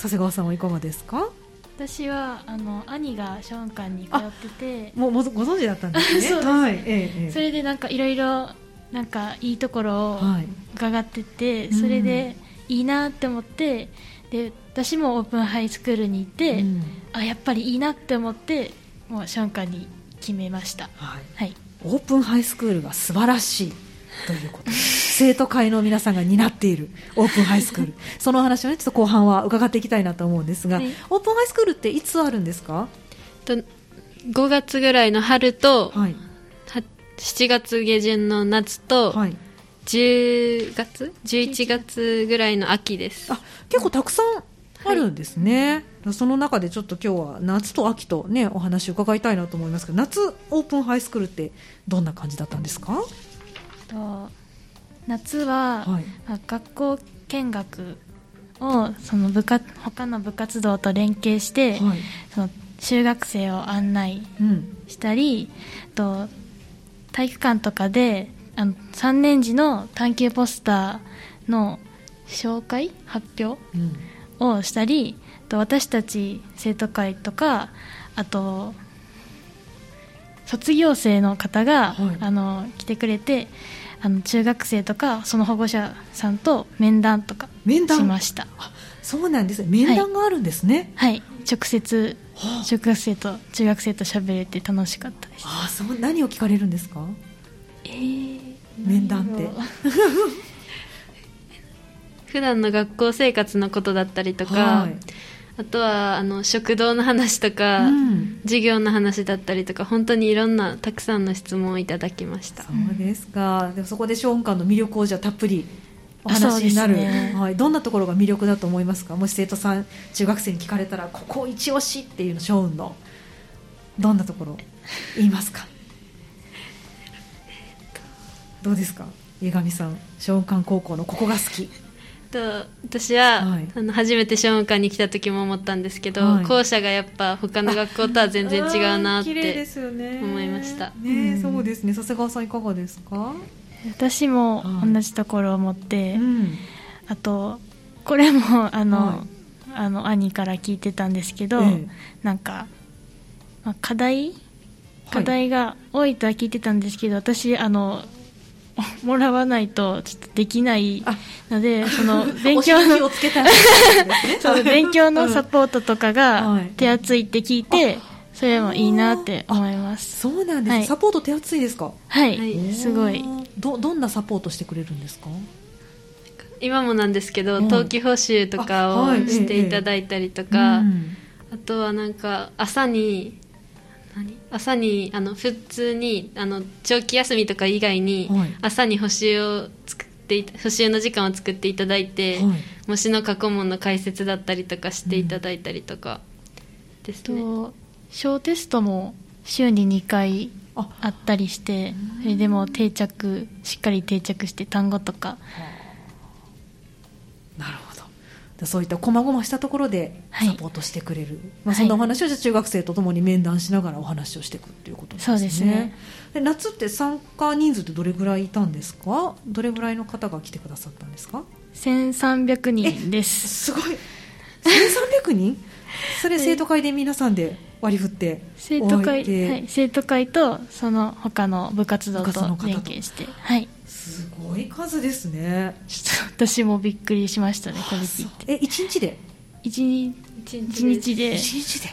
[SPEAKER 1] 佐世川さんはいかがですか
[SPEAKER 5] 私はあの兄が小音館に通って
[SPEAKER 1] もうもうご存知だったんですね
[SPEAKER 5] そうですね
[SPEAKER 1] はいえええ
[SPEAKER 5] て
[SPEAKER 1] え
[SPEAKER 5] それでなんかいろいろなんかいいところを
[SPEAKER 1] はい
[SPEAKER 5] 伺ってて、
[SPEAKER 1] うん
[SPEAKER 5] それでいいなって思ってで私もオープンハイスクールに行って、
[SPEAKER 1] うん
[SPEAKER 5] あやっぱりいいなって思ってもう小音館に決めました
[SPEAKER 1] はい
[SPEAKER 5] はい
[SPEAKER 1] オープンハイスクールが素晴らしいということ生徒会の皆さんが担っているオープンハイスクールそのお話を、ね、ちょっと後半は伺っていきたいなと思うんですが、
[SPEAKER 5] はい
[SPEAKER 1] オープンハイスクールっていつあるんですか、
[SPEAKER 4] と5月ぐらいの春と、
[SPEAKER 1] はい
[SPEAKER 4] は7月下旬の夏と、
[SPEAKER 1] はい、
[SPEAKER 4] 10月 ?11 月ぐらいの秋です。
[SPEAKER 1] あ結構たくさんあるんですね、その中でちょっと今日は夏と秋と、ね、お話を伺いたいなと思いますけど夏オープンハイスクールってどんな感じだったんですか、
[SPEAKER 5] と夏は、
[SPEAKER 1] はい
[SPEAKER 5] まあ学校見学
[SPEAKER 2] をその部活他の部活動と連携して、
[SPEAKER 1] はい
[SPEAKER 2] その中学生を案内
[SPEAKER 1] うん
[SPEAKER 2] したりあと体育館とかであの3年時の探究ポスターの紹介発表
[SPEAKER 1] うん
[SPEAKER 2] をしたりあと私たち生徒会とかあと卒業生の方が、
[SPEAKER 1] はい
[SPEAKER 2] あの来てくれてあの中学生とかその保護者さんと面談とか
[SPEAKER 1] 面談
[SPEAKER 2] しました
[SPEAKER 1] あそうなんですね面談があるんですね、
[SPEAKER 2] はい直接
[SPEAKER 1] はあ
[SPEAKER 2] 中学生と中学生と喋れて楽しかったです
[SPEAKER 1] ああそう何を聞かれるんですか面談って
[SPEAKER 4] 普段の学校生活のことだったりとか、
[SPEAKER 1] はい
[SPEAKER 4] あとはあの食堂の話とか、
[SPEAKER 1] うん
[SPEAKER 4] 授業の話だったりとか本当にいろんなたくさんの質問をいただきました
[SPEAKER 1] そうですかでもそこでショーンカンの魅力をじゃあたっぷりお
[SPEAKER 2] そう
[SPEAKER 1] 話
[SPEAKER 2] で
[SPEAKER 1] に
[SPEAKER 2] す
[SPEAKER 1] な
[SPEAKER 2] ね
[SPEAKER 1] る、はい、どんなところが魅力だと思いますかもし生徒さん中学生に聞かれたらここ一押しっていうのショーンのどんなところ言いますかどうですか家上さんショーンカン高校のここが好き
[SPEAKER 4] と私は、
[SPEAKER 1] はい
[SPEAKER 4] あの初めて小学館に来た時も思ったんですけど、
[SPEAKER 1] はい
[SPEAKER 4] 校舎がやっぱ他の学校とは全然違うな
[SPEAKER 1] あ
[SPEAKER 4] っ
[SPEAKER 1] ー綺麗で
[SPEAKER 4] て
[SPEAKER 1] すよね
[SPEAKER 4] 思いました
[SPEAKER 1] ねえ
[SPEAKER 2] うん
[SPEAKER 1] そうですね笹川さんいかがですか、
[SPEAKER 2] 私も
[SPEAKER 1] はい
[SPEAKER 2] 同じところを持って、
[SPEAKER 1] ん、
[SPEAKER 2] あとこれもあの、
[SPEAKER 1] は
[SPEAKER 2] あの兄から聞いてたんですけど、
[SPEAKER 1] ええ
[SPEAKER 2] なんか、まあ、課題
[SPEAKER 1] い
[SPEAKER 2] 課題が多いとは聞いてたんですけど、私あの もらわないとちょっとできない
[SPEAKER 1] あ
[SPEAKER 2] のでその勉強
[SPEAKER 1] お尻
[SPEAKER 2] の
[SPEAKER 1] をつけたいですね
[SPEAKER 2] その勉強のサ
[SPEAKER 1] うん
[SPEAKER 2] ポートと
[SPEAKER 1] は
[SPEAKER 2] かが
[SPEAKER 1] い
[SPEAKER 2] 手厚いって聞いて、それもいいなって思います
[SPEAKER 1] そうなんです、
[SPEAKER 2] はい
[SPEAKER 1] サポート手厚いですか
[SPEAKER 2] はい、
[SPEAKER 4] はい
[SPEAKER 2] すごい
[SPEAKER 1] どどんなサポートしてくれるんですか
[SPEAKER 4] 今もなんですけど
[SPEAKER 1] うん
[SPEAKER 4] 冬季補習とか
[SPEAKER 1] あ
[SPEAKER 4] を
[SPEAKER 1] はい
[SPEAKER 4] していただいたりとか、
[SPEAKER 1] うん
[SPEAKER 4] あとはなんか朝に何朝にあの普通にあの長期休みとか以外に
[SPEAKER 1] はい
[SPEAKER 4] 朝に補習を作っていた補習の時間を作っていただいて、
[SPEAKER 1] はい
[SPEAKER 4] 模試の過去問の解説だったりとかしていただいたりとかですね、
[SPEAKER 2] と小テストも週に2回
[SPEAKER 1] あ
[SPEAKER 2] あったりしてそれでも定着しっかり定着して単語とか
[SPEAKER 1] なるほどでそういった細々したところで
[SPEAKER 2] はい
[SPEAKER 1] サポートしてくれる、まあ、
[SPEAKER 2] はい
[SPEAKER 1] そんなお話をじゃあ中学生とともに面談しながらお話をしていくっていうことなんですね
[SPEAKER 2] そうですね
[SPEAKER 1] で夏って参加人数ってどれぐらいいたんですかどれぐらいの方が来てくださったんですか
[SPEAKER 2] 1300人です
[SPEAKER 1] すごい1300人 それ生徒会で皆さんで割り振って
[SPEAKER 2] 生徒
[SPEAKER 1] お相
[SPEAKER 2] 会、
[SPEAKER 1] 手
[SPEAKER 2] はい、生徒会とその他の部活動
[SPEAKER 1] 部活
[SPEAKER 2] と
[SPEAKER 1] の方と
[SPEAKER 2] 連携してはい
[SPEAKER 1] すごい数ですね
[SPEAKER 2] ちょっと私もびっくりしましたねこれ聞いて
[SPEAKER 1] え一日で
[SPEAKER 2] 一日
[SPEAKER 4] 一
[SPEAKER 2] 一
[SPEAKER 4] 日で
[SPEAKER 2] 日で
[SPEAKER 1] 一日で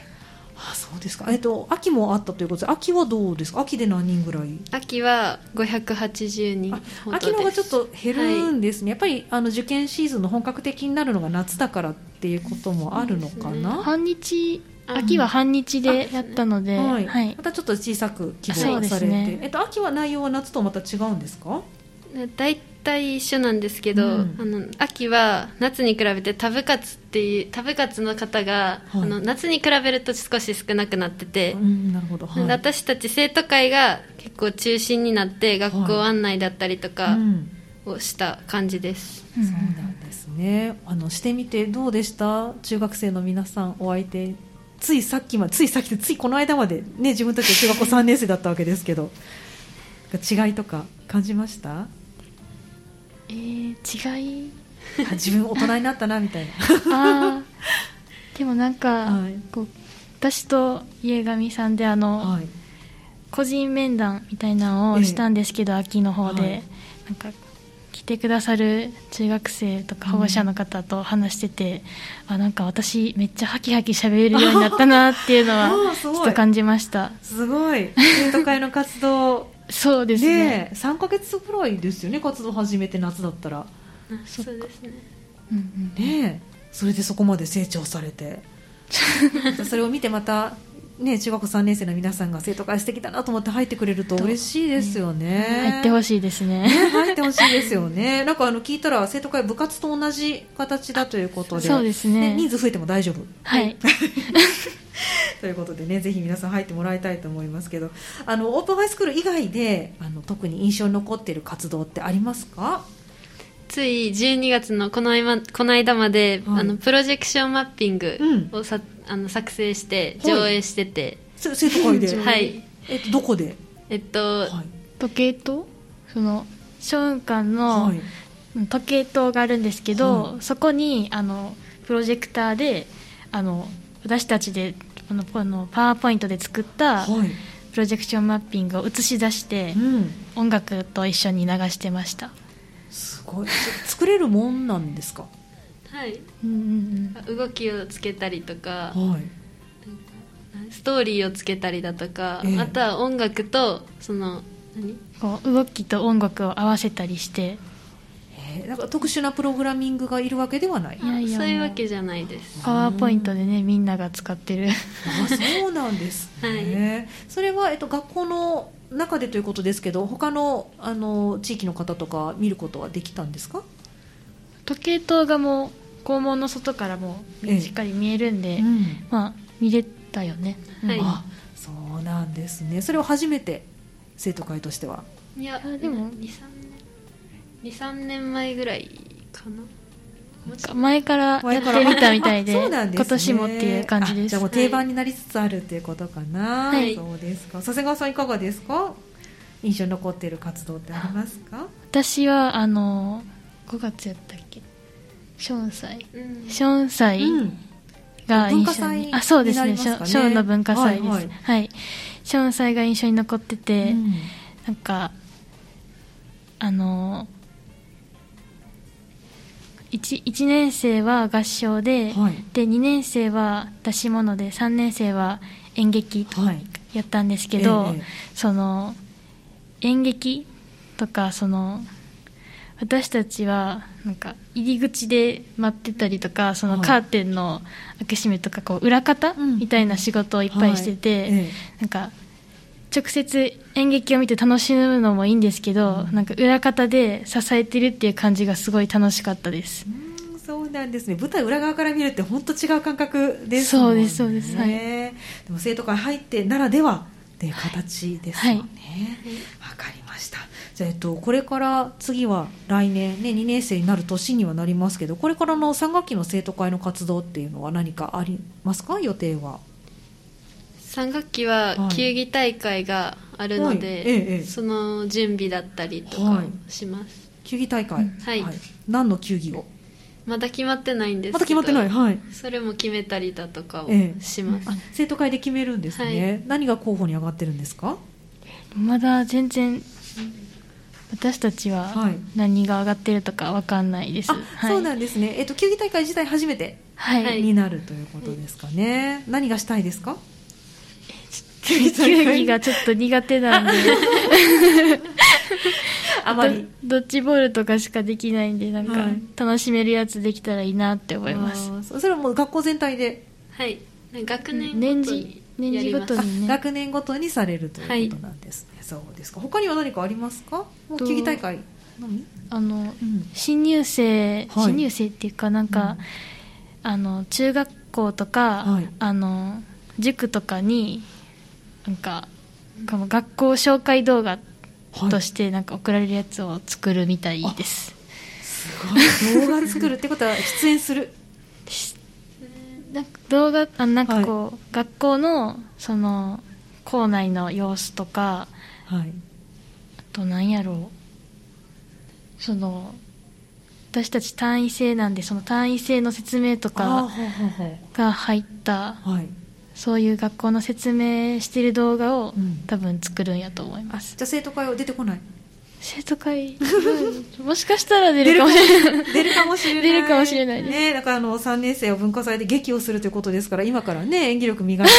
[SPEAKER 1] あそうですかえっと秋もあったということで秋はどうですか秋で何人ぐらい
[SPEAKER 4] 秋は580人
[SPEAKER 1] あ
[SPEAKER 4] ほどです
[SPEAKER 1] 秋の方がちょっと減るんですね、やっぱりあの受験シーズンの本格的になるのが夏だからっていうこともあるのかな、
[SPEAKER 2] 半日
[SPEAKER 4] あ
[SPEAKER 2] 秋は半日でやったので、
[SPEAKER 1] はい
[SPEAKER 2] はい
[SPEAKER 1] ま、たちょっと小さく希
[SPEAKER 2] そ
[SPEAKER 1] 望
[SPEAKER 2] うで
[SPEAKER 1] され
[SPEAKER 2] す
[SPEAKER 1] て、
[SPEAKER 2] ね
[SPEAKER 1] えっと、秋は内容は夏とまた違うんですか
[SPEAKER 4] 大体一緒なんですけど、
[SPEAKER 1] うん
[SPEAKER 4] あの秋は夏に比べてタブ活っていうタブ活の方が、
[SPEAKER 1] はい
[SPEAKER 4] あの夏に比べると少し少なくなってて、
[SPEAKER 1] うんなるほど、はい
[SPEAKER 4] 私たち生徒会が結構中心になって学校案内だったりとか
[SPEAKER 1] うん
[SPEAKER 4] をした感じです、
[SPEAKER 2] うん
[SPEAKER 1] そうなんですね。あのしてみてどうでした？中学生の皆さんお相手。ついさっきまでついさっきでついこの間までね自分たちは中学校3年生だったわけですけど、違いとか感じました？
[SPEAKER 2] えー、違い
[SPEAKER 1] あ自分大人になったなみ たいな。
[SPEAKER 2] あーでもなんか、
[SPEAKER 1] はい
[SPEAKER 2] こう私と家上さんであの、
[SPEAKER 1] はい。
[SPEAKER 2] 個人面談みたいなのをしたんですけど、秋の方で、
[SPEAKER 1] はい
[SPEAKER 2] なんか来てくださる中学生とか保護者の方と話してて、あなんか私めっちゃハキハキ喋れるようになったなっていうの
[SPEAKER 1] あー
[SPEAKER 2] は
[SPEAKER 1] す
[SPEAKER 2] ち
[SPEAKER 1] ごい
[SPEAKER 2] ょっと感じました
[SPEAKER 1] すごい生徒会の活動
[SPEAKER 2] そう ですね
[SPEAKER 1] ね3ヶ月くらいですよね活動始めて夏だったら
[SPEAKER 4] あそうですね
[SPEAKER 2] うんうん
[SPEAKER 1] ねえそれでそこまで成長され てそれを見てまた、ね、中学校3年生の皆さんが生徒会素敵だなと思って入ってくれると嬉しいですよね
[SPEAKER 2] 入ってほ
[SPEAKER 1] しい
[SPEAKER 2] しいですね
[SPEAKER 1] 入ってほしいですよね。 なんかあの聞いたら生徒会部活と同じ形だということで、
[SPEAKER 2] そうですね
[SPEAKER 1] 人数増えても大丈夫
[SPEAKER 2] はい
[SPEAKER 1] ということでね、ぜひ皆さん入ってもらいたいと思いますけど、あのオープンハイスクール以外であの特に印象に残っている活動ってありますか？
[SPEAKER 4] つい12月のこの間この間まで、
[SPEAKER 1] はい
[SPEAKER 4] あのプロジェクションマッピング
[SPEAKER 1] うん
[SPEAKER 4] をさ、あの作成して
[SPEAKER 1] はい
[SPEAKER 4] 上映してて、
[SPEAKER 1] そ生徒会で、
[SPEAKER 4] はい、
[SPEAKER 1] えっとどこで、
[SPEAKER 4] えっと、
[SPEAKER 1] はい
[SPEAKER 3] 時計塔その小雲館の
[SPEAKER 1] はい、
[SPEAKER 3] 時計塔があるんですけ
[SPEAKER 1] は
[SPEAKER 3] ど、そこにあのプロジェクターであの私たちであのこのパワーポイントで作ったプ
[SPEAKER 1] はい
[SPEAKER 3] ロジェクションマッピングを映し出して
[SPEAKER 1] うん、
[SPEAKER 3] 音楽と一緒に流してました。
[SPEAKER 1] すごいそ作れるもんなんですか
[SPEAKER 4] はい、
[SPEAKER 3] うんうんうん、
[SPEAKER 4] 動きをつけたりとか
[SPEAKER 1] はい
[SPEAKER 4] ストーリーをつけたりだとか、
[SPEAKER 1] ええ
[SPEAKER 4] あとは音楽とその何
[SPEAKER 3] こう動きと音楽を合わせたりして
[SPEAKER 1] えー、なんか特殊なプログラミングがいるわけではない
[SPEAKER 3] いやいや
[SPEAKER 4] そういうわけじゃないです
[SPEAKER 3] パワーポイントでねみんなが使ってる
[SPEAKER 1] あそうなんですね、それ は、えっと、学校の中でということですけど他のあの地域の方とか見ることはできたんですか
[SPEAKER 3] 時計塔がもう校門の外からも
[SPEAKER 1] ええ
[SPEAKER 3] うしっかり見えるんで、
[SPEAKER 1] ん
[SPEAKER 3] まあ見れたよね、うん
[SPEAKER 4] はい
[SPEAKER 1] あそうなんですねそれを初めて生徒会としてはい
[SPEAKER 4] や
[SPEAKER 3] いやでも
[SPEAKER 4] 23年23年前ぐらいかなもうちょっと
[SPEAKER 3] 前からやってみたみたいで
[SPEAKER 1] そうなんですね
[SPEAKER 3] 今年もっていう感じで
[SPEAKER 1] あじゃあ
[SPEAKER 3] す
[SPEAKER 1] もう定番になりつつあるっていうことかな、
[SPEAKER 4] はい
[SPEAKER 1] そうですか笹川さんいかがですか印象に残っている活動ってありますか
[SPEAKER 3] 私はあの5月やったっけ小祭
[SPEAKER 4] うん
[SPEAKER 3] 小祭
[SPEAKER 1] うん
[SPEAKER 3] が印
[SPEAKER 1] 文
[SPEAKER 3] 象に、
[SPEAKER 1] 化祭
[SPEAKER 3] あそうです
[SPEAKER 1] にな
[SPEAKER 3] ね
[SPEAKER 1] りますかね
[SPEAKER 3] 小の文化祭です
[SPEAKER 1] は
[SPEAKER 3] はいい、
[SPEAKER 1] はい
[SPEAKER 3] 小祭が印象に残ってて、
[SPEAKER 1] うん
[SPEAKER 3] なんかあの 1, 一年生は合唱で、
[SPEAKER 1] はい
[SPEAKER 3] で2年生は出し物で3年生は演劇
[SPEAKER 1] はい
[SPEAKER 3] やったんですけど、
[SPEAKER 1] ええ
[SPEAKER 3] その演劇とかその私たちはなんか入り口で待ってたりとかそ
[SPEAKER 1] は
[SPEAKER 3] の
[SPEAKER 1] い
[SPEAKER 3] カーテンの開け閉めとかこう裏方、
[SPEAKER 1] うん
[SPEAKER 3] みたいな仕事をいっぱいしてて、
[SPEAKER 1] はいえ
[SPEAKER 3] なんか直接演劇を見て楽しむのもいいんですけど、なんか裏方で支えてるっていう感じがすごい楽しかったです、
[SPEAKER 1] うんそうなんですね舞台裏側から見るって本当違う感覚ですもんね
[SPEAKER 3] そうですそうですはい
[SPEAKER 1] でも生徒会入ってならではっていう形ですよね
[SPEAKER 3] はい
[SPEAKER 1] わ、かりましたじゃあ、えっと、これから次は来年ね2年生になる年にはなりますけどこれからの3学期の生徒会の活動っていうのは何かありますか予定は
[SPEAKER 4] 3学期
[SPEAKER 1] は
[SPEAKER 4] はい球技大会があるので、
[SPEAKER 1] はいええ
[SPEAKER 4] その準備だったりと
[SPEAKER 1] は
[SPEAKER 4] かします、
[SPEAKER 1] 球技大会、
[SPEAKER 4] はい
[SPEAKER 1] 何の球技を
[SPEAKER 4] まだ決まってないんですけど
[SPEAKER 1] まだ決まってないはい
[SPEAKER 4] それも決めたりだとかを
[SPEAKER 1] ええ
[SPEAKER 4] します、
[SPEAKER 1] あ生徒会で決めるんですね、
[SPEAKER 4] は
[SPEAKER 1] 何が候補に上がってるんですか
[SPEAKER 3] まだ全然私たちは
[SPEAKER 1] はい
[SPEAKER 3] 何が上がってるとかわかんないです、
[SPEAKER 1] あ、
[SPEAKER 3] はい、
[SPEAKER 1] そうなんですね、えっと、球技大会自体初めて
[SPEAKER 3] はい、
[SPEAKER 4] はい
[SPEAKER 1] になるということですかね、何がしたいですか
[SPEAKER 3] 球技がちょっと苦手なんで
[SPEAKER 1] あまり
[SPEAKER 3] ドッジボールとかしかできないんでなんか
[SPEAKER 1] はい
[SPEAKER 3] 楽しめるやつできたらいいなって思います、
[SPEAKER 1] あーそそれはもう学校全体で、
[SPEAKER 4] はい学年
[SPEAKER 3] 年
[SPEAKER 4] ごと
[SPEAKER 3] 次
[SPEAKER 4] に
[SPEAKER 3] 年
[SPEAKER 4] や
[SPEAKER 3] 次
[SPEAKER 4] り
[SPEAKER 3] ご
[SPEAKER 4] ます
[SPEAKER 3] とにね
[SPEAKER 1] 学年ごとにされるということなんですね、そうですか他には何かありますかもう
[SPEAKER 3] と
[SPEAKER 1] 球技大会のみ、
[SPEAKER 3] あの
[SPEAKER 1] うん
[SPEAKER 3] 新入生、
[SPEAKER 1] はい
[SPEAKER 3] 新入生っていうかなんか、あの中学校とか、
[SPEAKER 1] はい
[SPEAKER 3] あの塾とかになんかこの学校紹介動画
[SPEAKER 1] はい
[SPEAKER 3] としてなんか送られるやつを作るみたいです、
[SPEAKER 1] すごい動画作るってことは出演する
[SPEAKER 3] なんか動画あなんかこう、学校のその校内の様子とか
[SPEAKER 1] はい
[SPEAKER 3] あとなんやろうその私たち単位制なんでその単位制の説明と
[SPEAKER 1] あー
[SPEAKER 3] か
[SPEAKER 1] ほうほうほ
[SPEAKER 3] が入った
[SPEAKER 1] うはい
[SPEAKER 3] そういう学校の説明してる動画を、
[SPEAKER 1] うん
[SPEAKER 3] 多分作るんやと思いま
[SPEAKER 1] あ
[SPEAKER 3] す
[SPEAKER 1] じゃあ生徒会は出てこない
[SPEAKER 3] 生徒会 うんもしかしたら出るかもしれ ない
[SPEAKER 1] 出るかもしれない
[SPEAKER 3] 出るかもしれないです
[SPEAKER 1] ねだからあの3年生を文化祭で劇をするということですから今からね演技力磨いて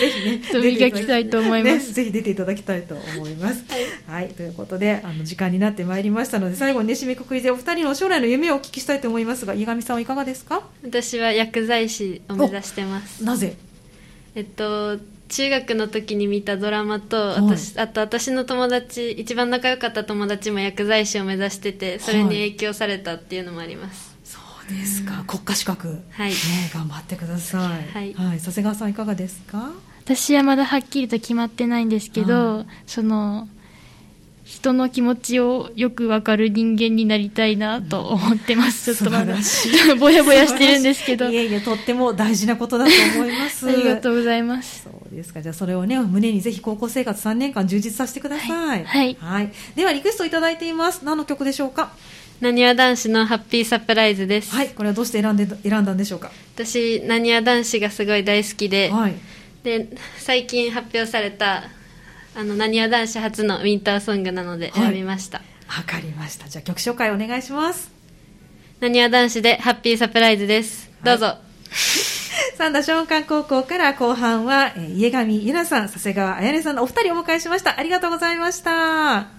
[SPEAKER 1] ぜひね
[SPEAKER 3] ちょっと磨きたいと思います
[SPEAKER 1] ね、ぜひ出ていただきたいと思います。はい、ということであの時間になってまいりましたので最後にね締めくくりでお二人の将来の夢をお聞きしたいと思いますが、井上さんはいかがですか？
[SPEAKER 4] 私は薬剤師を目指してます
[SPEAKER 1] なぜ？
[SPEAKER 4] えっと中学の時に見たドラマと、
[SPEAKER 1] はい
[SPEAKER 4] 私あと私の友達一番仲良かった友達も薬剤師を目指しててそれに影響されたっていうのもあります、
[SPEAKER 1] そうですか、国家資格。
[SPEAKER 4] はい
[SPEAKER 1] ね頑張ってください。
[SPEAKER 4] はい
[SPEAKER 1] はい、佐世川さんいかがですか？
[SPEAKER 3] 私はまだはっきりと決まってないんですけど、その人の気持ちをよくわかる人間になりたいなと思ってます。ちょっとまだ、ちょっとぼやぼやしてるんですけど、あ
[SPEAKER 1] いえいえ、とっても大事なことだと思いま す。
[SPEAKER 3] りがとうございます。
[SPEAKER 1] そうですか。じゃあそれをね、胸にぜひ高校生活3年間充実させてください。
[SPEAKER 3] はい
[SPEAKER 1] ではリクエストいただいています。何の曲でしょうか
[SPEAKER 4] なにわ男子のハッピーサプライズです。
[SPEAKER 1] はい。これはどうして選んで、選んだんでしょうか
[SPEAKER 4] 私、なにわ男子がすごい大好きで、
[SPEAKER 1] はい。
[SPEAKER 4] で、最近発表された、あの、なにわ男子初のウィンターソングなので
[SPEAKER 1] はい
[SPEAKER 4] 選びました。
[SPEAKER 1] わかりました。じゃあ曲紹介お願いします。
[SPEAKER 4] なにわ男子でハッピーサプライズです。どうぞ。
[SPEAKER 1] 三田松漢高校から後半は、えー家上ゆなさん、佐世川彩音さんのお二人をお迎えしました。ありがとうございました。